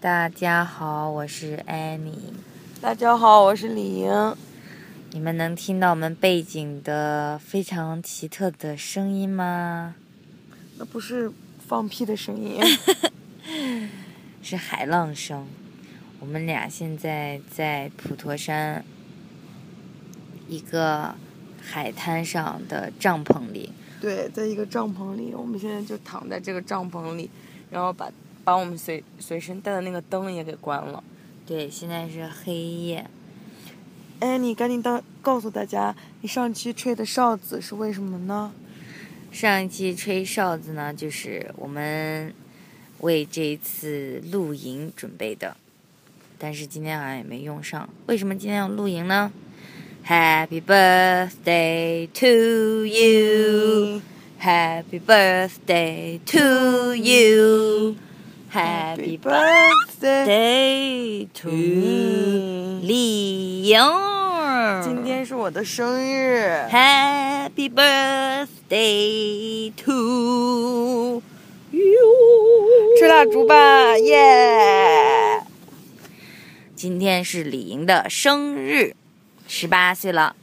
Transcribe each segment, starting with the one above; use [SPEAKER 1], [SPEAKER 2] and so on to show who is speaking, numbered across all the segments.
[SPEAKER 1] 大家好，我是艾米。
[SPEAKER 2] 大家好，我是李莹。
[SPEAKER 1] 你们能听到我们背景的非常奇特的声音吗？
[SPEAKER 2] 那不是放屁的声 音，
[SPEAKER 1] 是海浪声。我们俩现在在普陀山一个海滩上的帐篷里，
[SPEAKER 2] 对，在一个帐篷里，我们现在就躺在这个帐篷里，然后把把我们随随身带的那个灯也给关了。
[SPEAKER 1] 对，现在是黑夜。
[SPEAKER 2] 哎，你赶紧当告诉大家，你上期吹的哨子是为什么呢？
[SPEAKER 1] 上一期吹哨子呢，就是我们为这一次露营准备的，但是今天好像也没用上。为什么今天要露营呢？Happy birthday to you, Happy birthday to you, Happy
[SPEAKER 2] birthday
[SPEAKER 1] birthday to
[SPEAKER 2] to
[SPEAKER 1] me，
[SPEAKER 2] me！
[SPEAKER 1] 李莹儿。
[SPEAKER 2] 今天是我的生日，
[SPEAKER 1] Happy birthday to you！
[SPEAKER 2] 吹蜡烛吧，耶！
[SPEAKER 1] 今天是李莹的生日，十八岁了，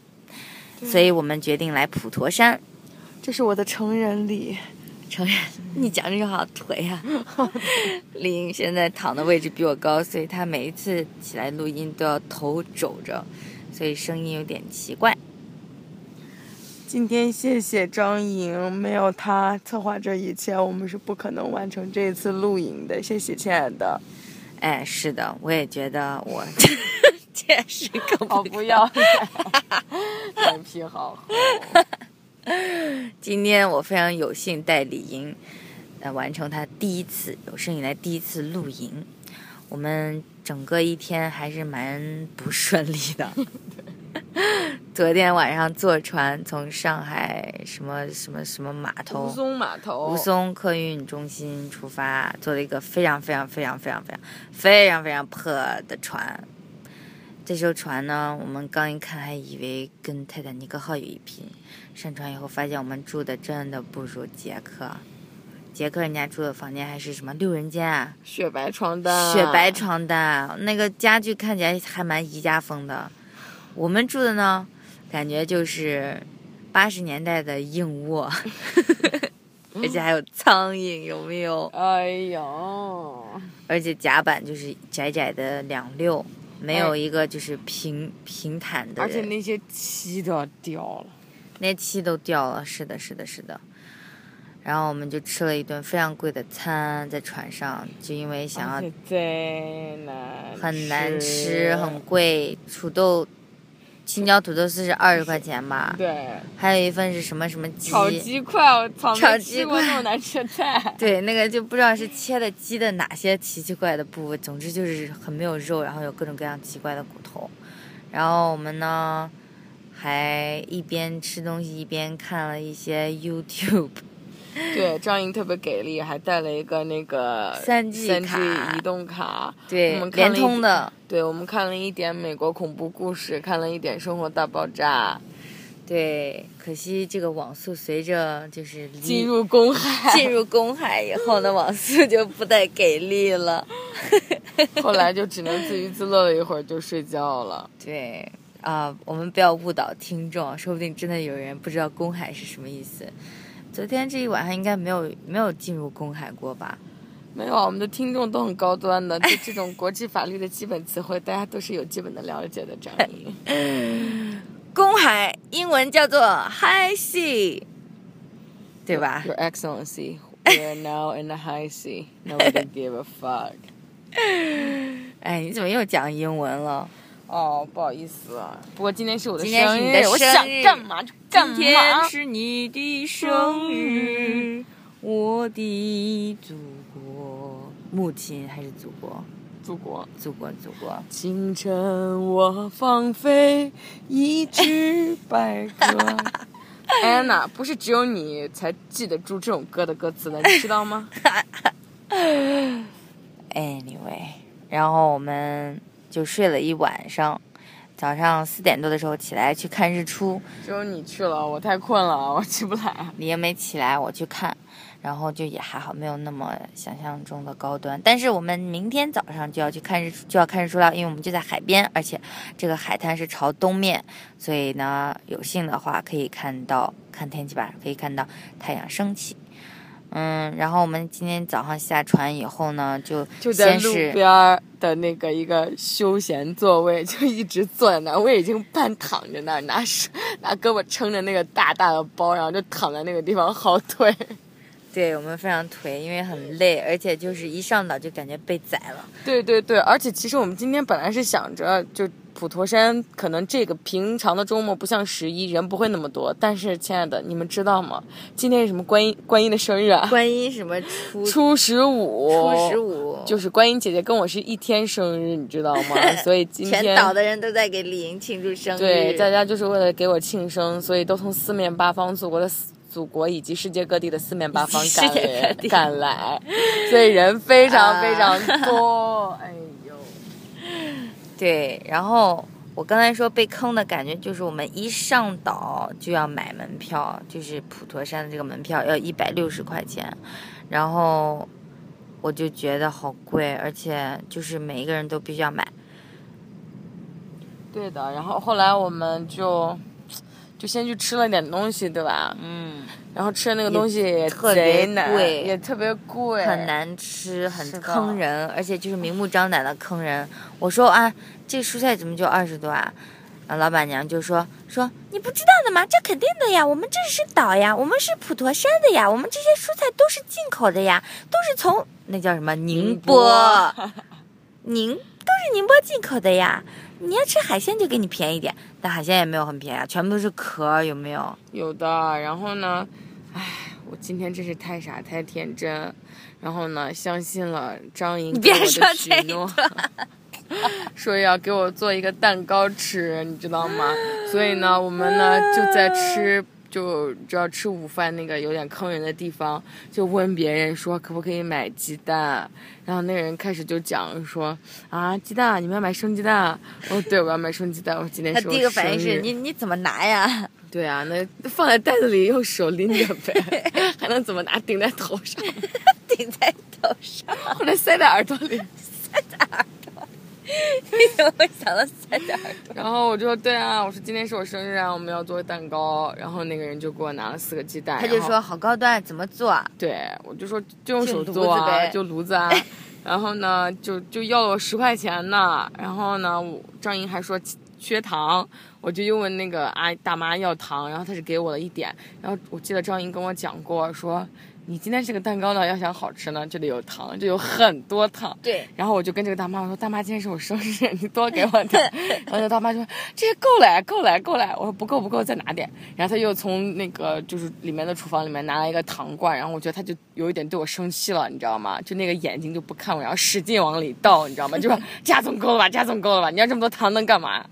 [SPEAKER 1] 所以我们决定来普陀山。
[SPEAKER 2] 这是我的成人礼，
[SPEAKER 1] 承认， 你讲这个好腿呀、啊！ 李莹现在躺的位置比我高，所以她每一次起来录音都要头肘着，所以声音有点奇怪。
[SPEAKER 2] 今天谢谢张莹，没有她策划这一切，我们是不可能完成这一次露营的。谢谢亲爱的，
[SPEAKER 1] 哎，是的，我也觉得我 这是个
[SPEAKER 2] 好哦不要脸，脸皮好厚。
[SPEAKER 1] 今天我非常有幸带李莹，呃，完成她第一次有生以来第一次露营。我们整个一天还是蛮不顺利的。 昨天晚上坐船从上海什么什么什么码头
[SPEAKER 2] 吴淞码头，
[SPEAKER 1] 吴淞客运中心出发，坐了一个非常非常非常非常非常非常非常破的船。这艘船呢，我们刚一看还以为跟泰坦尼克号有一拼，上船以后发现我们住的真的不如捷克。捷克人家住的房间还是什么六人间啊，
[SPEAKER 2] 雪白床单，
[SPEAKER 1] 雪白床单，那个家具看起来还蛮宜家风的。我们住的呢，感觉就是八十年代的硬卧， 而且还有苍蝇，有没有？
[SPEAKER 2] 哎呀，
[SPEAKER 1] 而且甲板就是窄窄的两溜，没有
[SPEAKER 2] 哎
[SPEAKER 1] 一个就是平平坦的。
[SPEAKER 2] 而且那些漆都要掉了。
[SPEAKER 1] 那漆都掉了，是的，是的，是的。然后我们就吃了一顿非常贵的餐，在船上，就因为想
[SPEAKER 2] 而
[SPEAKER 1] 要
[SPEAKER 2] 且贼难，
[SPEAKER 1] 很难吃，很贵。土豆，青椒土豆丝是二十块钱吧？
[SPEAKER 2] 对，
[SPEAKER 1] 还有一份是什么什么鸡？
[SPEAKER 2] 炒鸡块，我操，
[SPEAKER 1] 炒
[SPEAKER 2] 没
[SPEAKER 1] 鸡
[SPEAKER 2] 吃过
[SPEAKER 1] 块
[SPEAKER 2] 那么难吃的菜。
[SPEAKER 1] 对，那个就不知道是切的鸡的哪些奇奇怪的部位，总之就是很没有肉，然后有各种各样奇怪的骨头。然后我们呢，还一边吃东西一边看了一些 YouTube
[SPEAKER 2] 对，张莹特别给力，还带了一个那个
[SPEAKER 1] 3G
[SPEAKER 2] 三 G
[SPEAKER 1] 卡
[SPEAKER 2] 移动卡，
[SPEAKER 1] 对
[SPEAKER 2] 我们看
[SPEAKER 1] 联
[SPEAKER 2] 了一
[SPEAKER 1] 通的，
[SPEAKER 2] 对我们看了一点美国恐怖故事，看了一点生活大爆炸，
[SPEAKER 1] 对，可惜这个网速随着就是离
[SPEAKER 2] 进入公海，
[SPEAKER 1] 进入公海以后呢，网速就不太给力了。
[SPEAKER 2] 后来就只能自娱自乐了一会儿就睡觉了。
[SPEAKER 1] 对啊、我们不要误导听众，说不定真的有人不知道公海是什么意思。昨天这一晚上应该没有没有进入公海过吧？
[SPEAKER 2] 没有啊，我们的听众都很高端的，对这种国际法律的基本词汇，大家都是有基本的了解的。张莹，
[SPEAKER 1] 公海英文叫做 high sea，对吧？
[SPEAKER 2] Your Excellency, we are now in the high sea. Nobody give a fuck.
[SPEAKER 1] 哎，你怎么又讲英文了？
[SPEAKER 2] 哦，不好意思啊，不过今天是我的
[SPEAKER 1] 今天是
[SPEAKER 2] 生
[SPEAKER 1] 你
[SPEAKER 2] 日，
[SPEAKER 1] 的
[SPEAKER 2] 我
[SPEAKER 1] 生
[SPEAKER 2] 想
[SPEAKER 1] 日
[SPEAKER 2] 干嘛就干嘛。
[SPEAKER 1] 今天是你的生日，我的祖国，母亲还是祖国？
[SPEAKER 2] 祖国，
[SPEAKER 1] 祖国，祖国。
[SPEAKER 2] 清晨我放飞一只白 鸽。安娜，不是只有你才记得住这种歌的歌词的，你知 道吗？
[SPEAKER 1] Anyway，然后我们就睡了一晚上，早上四点多的时候起来去看日出，
[SPEAKER 2] 只有你去了，我太困了，我起不来。
[SPEAKER 1] 你也没起来，我去看，然后就也还好，没有那么想象中的高端。但是我们明天早上就要去看日出，就要看日出了，因为我们就在海边，而且这个海滩是朝东面，所以呢，有幸的话可以看到，看天气吧，可以看到太阳升起。嗯，然后我们今天早上下船以后呢，就
[SPEAKER 2] 就在
[SPEAKER 1] 先
[SPEAKER 2] 路
[SPEAKER 1] 是
[SPEAKER 2] 边儿的那个一个休闲座位， 就一直坐在那儿。我已经半躺着那儿，拿手拿胳膊撑着那个大大的包，然后就躺在那个地方好腿。
[SPEAKER 1] 对我们非常颓，因为很累，而且就是一上岛就感觉被宰了。
[SPEAKER 2] 对对对，而且其实我们今天本来是想着，就普陀山可能这个平常的周末不像十一人不会那么多，但是亲爱的，你们知道吗？今天是什么观音观音的生日啊？
[SPEAKER 1] 观音什么 初
[SPEAKER 2] 初十五，
[SPEAKER 1] 初十，五，
[SPEAKER 2] 就是观音姐姐跟我是一天生日，你知道吗？ 所以今天
[SPEAKER 1] 全岛的人都在给李莹庆祝生日。
[SPEAKER 2] 对，大家就是为了给我庆生，所以都从四面八方，祖国的四祖国以及世界各地的四面八方
[SPEAKER 1] 以及
[SPEAKER 2] 赶
[SPEAKER 1] 世界各
[SPEAKER 2] 来
[SPEAKER 1] 地
[SPEAKER 2] 赶来，所以人非常
[SPEAKER 1] 啊
[SPEAKER 2] 非常多。哎呦，
[SPEAKER 1] 对，然后我刚才说被坑的感觉就是，我们一上岛就要买门票，就是普陀山的这个门票要一百六十块钱，然后我就觉得好贵，而且就是每一个人都必须要买。
[SPEAKER 2] 对的。然后后来我们就就先去吃了点东西，对吧？
[SPEAKER 1] 嗯，
[SPEAKER 2] 然后吃的那个东西也
[SPEAKER 1] 特
[SPEAKER 2] 贼
[SPEAKER 1] 别
[SPEAKER 2] 难，
[SPEAKER 1] 贵
[SPEAKER 2] 也特别贵，
[SPEAKER 1] 很。难吃，很
[SPEAKER 2] 是的
[SPEAKER 1] 坑人，而且就是明目张胆的坑人。我说啊，这蔬菜怎么就二十多啊？啊，老板娘就说说你不知道的吗？这肯定的呀，我们这是岛呀，我们是普陀山的呀，我们这些蔬菜都是进口的呀，都是从那叫什么宁波
[SPEAKER 2] 波，
[SPEAKER 1] 宁都是宁波进口的呀。你要吃海鲜就给你便宜点，但海鲜也没有很便宜啊，全部都是壳儿，有没有？
[SPEAKER 2] 有的，然后呢，唉，我今天真是太傻太天真，然后呢，相信了张莹
[SPEAKER 1] 你
[SPEAKER 2] 给
[SPEAKER 1] 别
[SPEAKER 2] 我的
[SPEAKER 1] 说
[SPEAKER 2] 许
[SPEAKER 1] 这一
[SPEAKER 2] 诺， 说要给我做一个蛋糕吃，你知道吗？所以呢，我们呢就在吃。就就要吃午饭那个有点坑人的地方，就问别人说可不可以买鸡蛋，然后那个人开始就讲说啊鸡蛋啊你们要买生鸡蛋啊，哦对我要买生鸡蛋，我今天
[SPEAKER 1] 他
[SPEAKER 2] 是
[SPEAKER 1] 第一
[SPEAKER 2] 我
[SPEAKER 1] 个反应
[SPEAKER 2] 生
[SPEAKER 1] 是
[SPEAKER 2] 日
[SPEAKER 1] 你你怎么拿呀？
[SPEAKER 2] 对啊，那放在袋子里用手拎着 呗，还能怎么拿？顶在头上，
[SPEAKER 1] 顶在头上。
[SPEAKER 2] 或者塞在耳朵里。
[SPEAKER 1] 为什么会想到三点耳朵？
[SPEAKER 2] 然后我就对啊，我说今天是我生日啊，我们要做蛋糕。然后那个人就给我拿了四个鸡蛋，
[SPEAKER 1] 他就
[SPEAKER 2] 然后
[SPEAKER 1] 说好高端，怎么做？
[SPEAKER 2] 对，我就说就用手
[SPEAKER 1] 就
[SPEAKER 2] 做
[SPEAKER 1] 炉子
[SPEAKER 2] 啊，
[SPEAKER 1] 呗哎
[SPEAKER 2] 就炉子啊。然后呢，就就要了我十块钱呢。然后呢，我张莹还说缺糖，我就又问那个阿姨大妈要糖，然后她只给我了一点。然后我记得张莹跟我讲过，说你今天这个蛋糕呢，要想好吃呢，就得有糖，就有很多糖。
[SPEAKER 1] 对，
[SPEAKER 2] 然后我就跟这个大妈我说：“大妈，今天是我生日，你多给我 点。”然后那大妈就说：“这够了，够了，够了。”我说：“不够，不够，再拿点。”然后她又从那个就是里面的厨房里面拿了一个糖罐，然后我觉得她就有一点对我生气了，你知道吗？就那个眼睛就不看我，然后使劲往里倒，你知道 吗？就说：“加总够了吧，加总够了吧，你要这么多糖能干嘛？”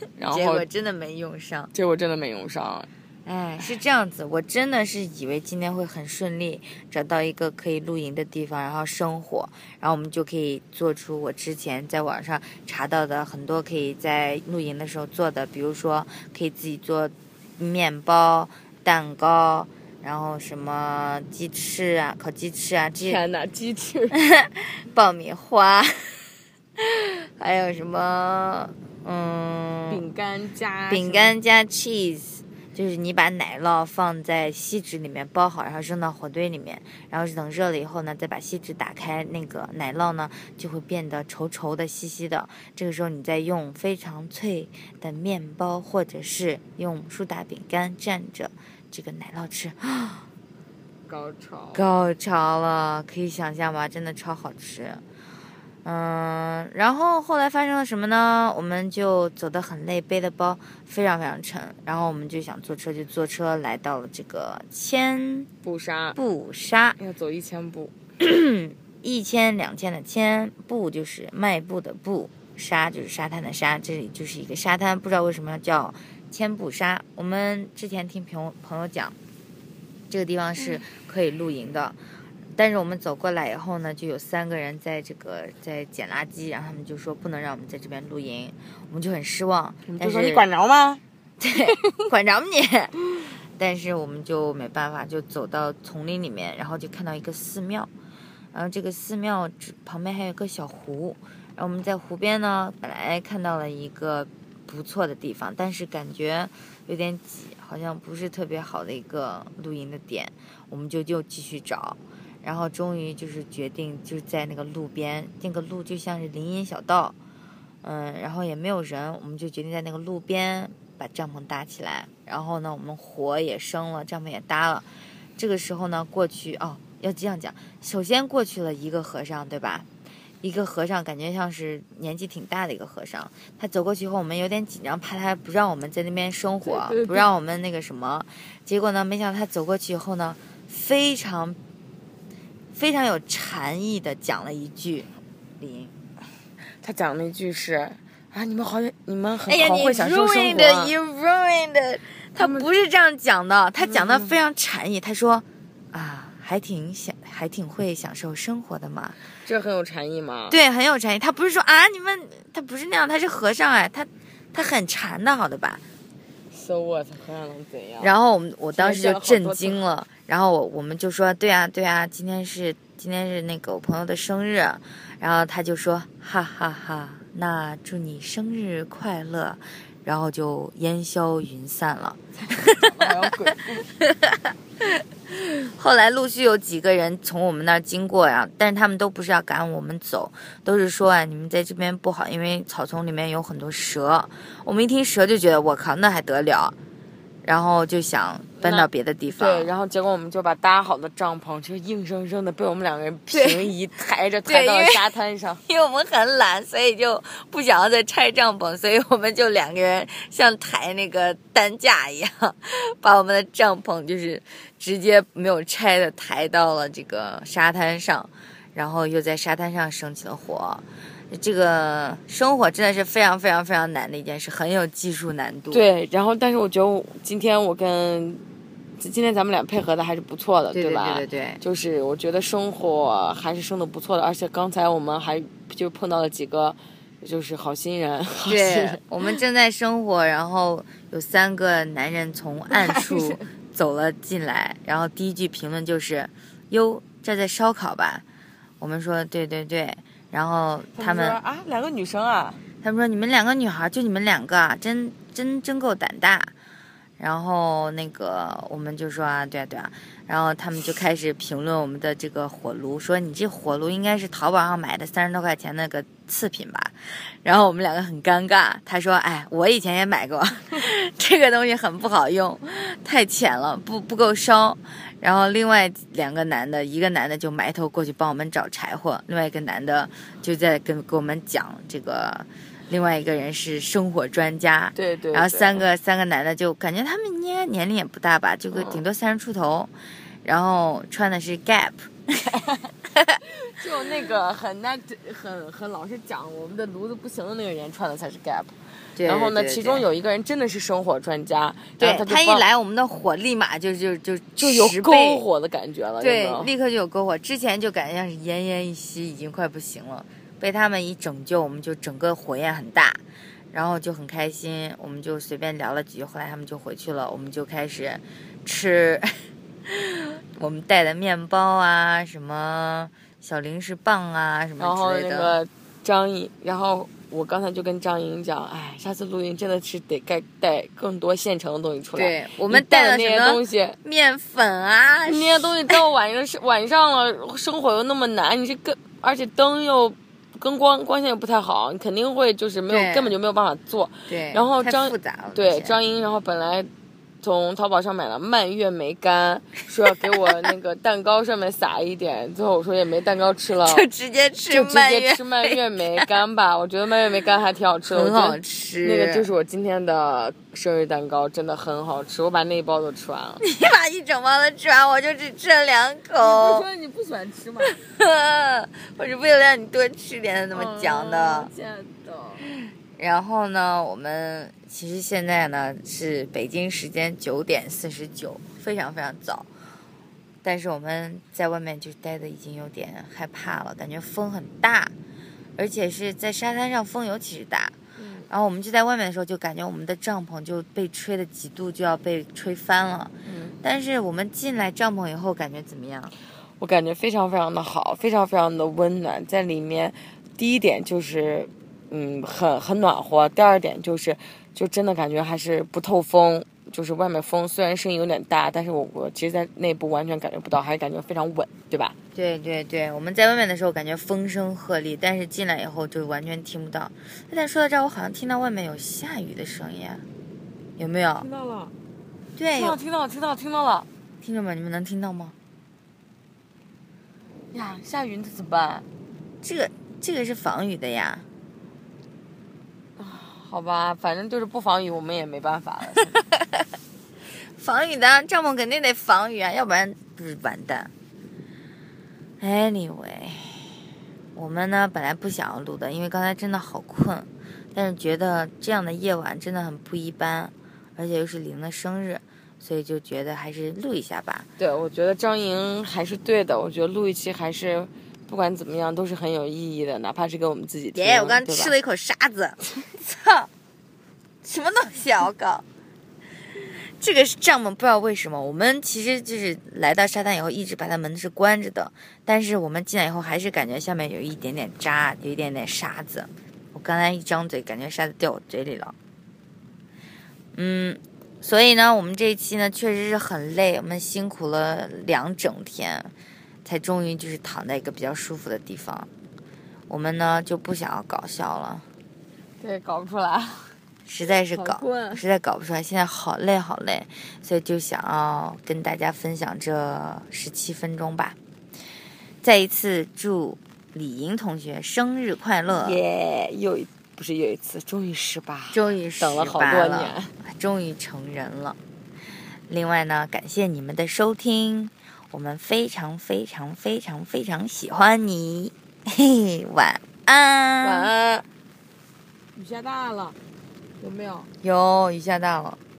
[SPEAKER 2] 然后
[SPEAKER 1] 结果真的没用上。
[SPEAKER 2] 结果真的没用上，
[SPEAKER 1] 哎，是这样子，我真的是以为今天会很顺利，找到一个可以露营的地方，然后生火，然后我们就可以做出我之前在网上查到的很多可以在露营的时候做的，比如说可以自己做面包、蛋糕，然后什么鸡翅啊、烤鸡翅啊这些
[SPEAKER 2] 天哪，鸡翅！
[SPEAKER 1] 嗯爆米花， 还有什么嗯，
[SPEAKER 2] 饼干加
[SPEAKER 1] 饼干加 cheese，就是你把奶酪放在锡纸里面包好，然后扔到火堆里面，然后等热了以后呢，再把锡纸打开，那个奶酪呢就会变得稠稠的、稀稀的。这个时候你再用非常脆的面包或者是用苏打饼干蘸着这个奶酪吃，
[SPEAKER 2] 高潮，
[SPEAKER 1] 高潮了，可以想象吧？真的超好吃。嗯，然后后来发生了什么呢？我们就走得很累，背的包非常非常沉，然后我们就想坐车，就坐车来到了这个千
[SPEAKER 2] 不杀
[SPEAKER 1] 步沙，
[SPEAKER 2] 要走一千步。
[SPEAKER 1] 一千两千的千，步就是迈步的步，沙就是沙滩的沙，这里就是一个沙滩，不知道为什么叫千步沙。我们之前听朋友朋友讲，这个地方是可以露营的，但是我们走过来以后呢，就有三个人在这个在捡垃圾，然后他们就说不能让我们在这边露营，我们就很失望
[SPEAKER 2] 我。们
[SPEAKER 1] 但
[SPEAKER 2] 就是 说你管着吗？
[SPEAKER 1] 管着你。但是我们就没办法，就走到丛林里面，然后就看到一个寺庙，然后这个寺庙只旁边还有一个小湖，然后我们在湖边呢，本来看到了一个不错的地方，但是感觉有点挤，好像不是特别好的一个露营的点，我们就又继续找。然后终于就是决定，就是在那个路边，那个路就像是林荫小道，嗯，然后也没有人，我们就决定在那个路边把帐篷搭起来。然后呢，我们火也生了，帐篷也搭了。这个时候呢，过去哦，要这样讲，首先过去了一个和尚，对吧？一个和尚感觉像是年纪挺大的一个和尚，他走过去以后，我们有点紧张，怕他不让我们在那边生活，
[SPEAKER 2] 对对对
[SPEAKER 1] 不让我们那个什么。结果呢，没想到他走过去以后呢，非常非常有禅意的讲了一句：“林，
[SPEAKER 2] 他讲那句是啊，你们好，你们很
[SPEAKER 1] 哎呀，
[SPEAKER 2] 好
[SPEAKER 1] 你
[SPEAKER 2] 会享受生
[SPEAKER 1] ruined
[SPEAKER 2] 活啊
[SPEAKER 1] it,，you ruined it。”他
[SPEAKER 2] 们嗯
[SPEAKER 1] 不是这样讲的，他讲的非常禅意。他说：“啊，还挺享，还挺会享受生活的嘛。”
[SPEAKER 2] 这很有禅意嘛。
[SPEAKER 1] 对，很有禅意。他不是说啊，你们他不是那样，他是和尚哎，他他很禅的，好的吧？
[SPEAKER 2] ，so what，和尚能怎样？
[SPEAKER 1] 然后我们我当时
[SPEAKER 2] 现
[SPEAKER 1] 就
[SPEAKER 2] 在讲了
[SPEAKER 1] 震
[SPEAKER 2] 好多
[SPEAKER 1] 惊了，然后我我们就说对啊对啊，今天是今天是那个我朋友的生日，然后他就说哈哈哈那祝你生日快乐，然后就烟消云散了。
[SPEAKER 2] 还有 鬼故事
[SPEAKER 1] 后来陆续有几个人从我们那儿经过呀、但是他们都不是要赶我们走，都是说啊，你们在这边不好，因为草丛里面有很多蛇。我们一听蛇就觉得我靠，那还得了，然后就想搬到别的地方。
[SPEAKER 2] 对，然后结果我们就把搭好的帐篷，就硬生生的被我们两个人 平移抬着抬
[SPEAKER 1] 对
[SPEAKER 2] 到
[SPEAKER 1] 因
[SPEAKER 2] 了
[SPEAKER 1] 为
[SPEAKER 2] 沙滩 上。
[SPEAKER 1] 因为我们很懒，所以就不想要再拆帐篷，所以我们就两个人像抬那个担架一样，把我们的帐篷就是直接没有拆的抬到了这个沙滩上，然后又在沙滩上生起了火。这个生火真的是非常非常非常难的一件事，很有技术难度。
[SPEAKER 2] 对，然后但是我觉得我今天我跟今天咱们俩配合的还是不错的，
[SPEAKER 1] 对对
[SPEAKER 2] 吧？
[SPEAKER 1] 对对对
[SPEAKER 2] 就是我觉得生活还是生的不错的，而且刚才我们还就碰到了几个就是好心人，好 心
[SPEAKER 1] 对
[SPEAKER 2] 人，
[SPEAKER 1] 我们正在生火，然后有三个男人 从暗处走了进来，然后第一句评论就是：“哟，这在烧烤吧？”我们说：“对对对。”然后他
[SPEAKER 2] 说
[SPEAKER 1] 们
[SPEAKER 2] 啊，两个女生啊，
[SPEAKER 1] 他们说：“你们两个女孩，就你们两个啊，真真真够胆大。”然后那个我们就说啊，对啊对啊，然后他们就开始评论我们的这个火炉，说你这火炉应该是淘宝上买的三十多块钱那个次品吧。然后我们两个很尴尬，他说：“哎，我以前也买过， 这个东西很不好用，太浅了，不不够烧。”然后另外两个男的，一个男的就埋头过去帮我们找柴火，另外一个男的就在跟给我们讲这个，另外一个人是生火专家，
[SPEAKER 2] 对对，
[SPEAKER 1] 然后
[SPEAKER 2] 对
[SPEAKER 1] 三个三个男的就感觉他们应该年龄也不大吧，就个
[SPEAKER 2] 嗯
[SPEAKER 1] 顶多三十出头，然后穿的是 Gap，
[SPEAKER 2] 就那个很那很很老是讲我们的炉子不行的那个人穿的才是 Gap，
[SPEAKER 1] 对
[SPEAKER 2] 然后呢，
[SPEAKER 1] 对对
[SPEAKER 2] 其中有一个人真的是生火专家，然
[SPEAKER 1] 对
[SPEAKER 2] 后
[SPEAKER 1] 他
[SPEAKER 2] 就
[SPEAKER 1] 一
[SPEAKER 2] 帮
[SPEAKER 1] 来我们的火立马就就就
[SPEAKER 2] 就有
[SPEAKER 1] 十倍
[SPEAKER 2] 篝，火的啊感觉了，
[SPEAKER 1] 对
[SPEAKER 2] 有，没有
[SPEAKER 1] 立刻就有篝火，之前就感觉像是奄奄一息，已经快不行了，被他们一拯救，我们就整个火焰很大。然后就很开心，我们就随便聊了几句，后来他们就回去了，我们就开始吃 我们带的面包啊，什么小零食棒啊，什
[SPEAKER 2] 然后
[SPEAKER 1] 么之
[SPEAKER 2] 那
[SPEAKER 1] 类的。
[SPEAKER 2] 个张颖，然后我刚才就跟张颖讲，哎，下次露营真的是得该带更多现成的东西出来。
[SPEAKER 1] 对我
[SPEAKER 2] 我
[SPEAKER 1] 们
[SPEAKER 2] 带
[SPEAKER 1] 带了
[SPEAKER 2] 那
[SPEAKER 1] 什
[SPEAKER 2] 些东
[SPEAKER 1] 么
[SPEAKER 2] 西，
[SPEAKER 1] 面粉啊，
[SPEAKER 2] 那些东西到晚上是晚上了，生火又那么难，你这跟而且灯又跟光光线又不太好，你肯定会就是没
[SPEAKER 1] 对
[SPEAKER 2] 有根本就没有办法做。
[SPEAKER 1] 对，
[SPEAKER 2] 然后
[SPEAKER 1] 太
[SPEAKER 2] 张
[SPEAKER 1] 复杂了。
[SPEAKER 2] 对
[SPEAKER 1] 这些。
[SPEAKER 2] 张英，然后本来从淘宝上买了蔓越莓干，说要给我那个蛋糕上面撒一点，最后我说也没蛋糕吃了
[SPEAKER 1] 就直接吃
[SPEAKER 2] 就直
[SPEAKER 1] 蔓越
[SPEAKER 2] 接吃蔓越莓干吧，我觉得蔓越莓干还挺好吃的，我
[SPEAKER 1] 很
[SPEAKER 2] 觉得
[SPEAKER 1] 好吃。
[SPEAKER 2] 那个就是我今天的生日蛋糕，真的很好吃，我把那一包都吃完了。
[SPEAKER 1] 你把一整包的吃完，我就只吃了两 口。
[SPEAKER 2] 你不喜欢吃吗？
[SPEAKER 1] 我是为了让你多吃点才这么讲
[SPEAKER 2] 嗯
[SPEAKER 1] 的。然后呢，我们其实现在呢是北京时间九点四十九，非常非常早。但是我们在外面就待的已经有点害怕了，感觉风很大，而且是在沙滩上风尤其是大。
[SPEAKER 2] 嗯
[SPEAKER 1] 然后我们就在外面的时候，就感觉我们的帐篷就被吹的几度就要被吹翻了。
[SPEAKER 2] 嗯，
[SPEAKER 1] 但是我们进来帐篷以后，感觉怎么样？
[SPEAKER 2] 我感觉非常非常的好，非常非常的温暖，在里面，第一点就是，嗯，很很暖和；第二点就是，就真的感觉还是不透风，就是外面风虽然声音有点大，但是我我其实在内部完全感觉不到，还是感觉非常稳，对吧？
[SPEAKER 1] 对对对，我们在外面的时候感觉风声鹤唳，但是进来以后就完全听不到。但说到这儿，我好像听到外面有下雨的声音，啊有没有？
[SPEAKER 2] 到了，
[SPEAKER 1] 对，
[SPEAKER 2] 听到
[SPEAKER 1] 有
[SPEAKER 2] 听到听到听到了
[SPEAKER 1] 听众们，你们能听到吗？
[SPEAKER 2] 呀！下雨那怎么办？
[SPEAKER 1] 这个这个是防雨的呀。
[SPEAKER 2] 好吧，反正就是不防雨，我们也没办法了。
[SPEAKER 1] 防雨的帐篷肯定得防雨啊，要不然不是完蛋。Anyway，我们呢本来不想要录的，因为刚才真的好困，但是觉得这样的夜晚真的很不一般，而且又是玲的生日，所以就觉得还是录一下吧。
[SPEAKER 2] 对，我觉得张莹还是对的。我觉得录一期还是，不管怎么样都是很有意义的，哪怕是给我们自己听。
[SPEAKER 1] 姐，我刚
[SPEAKER 2] 对吧
[SPEAKER 1] 吃了一口沙子，操，什么东西啊！我靠，这个帐篷不知道为什么，我们其实就是来到沙滩以后，一直把它门是关着的，但是我们进来以后还是感觉下面有一点点渣，有一点点沙子。我刚才一张嘴，感觉沙子掉我嘴里了。嗯，所以呢，我们这一期呢确实是很累，我们辛苦了两整天，才终于就是躺在一个比较舒服的地方。我们呢就不想要搞笑了，
[SPEAKER 2] 对，搞不 出来，
[SPEAKER 1] 实在是
[SPEAKER 2] 好
[SPEAKER 1] 搞，
[SPEAKER 2] 困。
[SPEAKER 1] 实在搞不出来，现在好累好累，所以就想要跟大家分享这十七分钟吧。再一次祝李莹同学生日快乐！
[SPEAKER 2] 耶、又一不是又一次，终于十八，
[SPEAKER 1] 终于
[SPEAKER 2] 等了
[SPEAKER 1] 18
[SPEAKER 2] 好多年。
[SPEAKER 1] 终于成人了。另外呢，感谢你们的收听，我们非常非常非常非常喜欢你，嘿嘿，晚安，
[SPEAKER 2] 晚安。雨下大了，有没有？
[SPEAKER 1] 有雨下大了。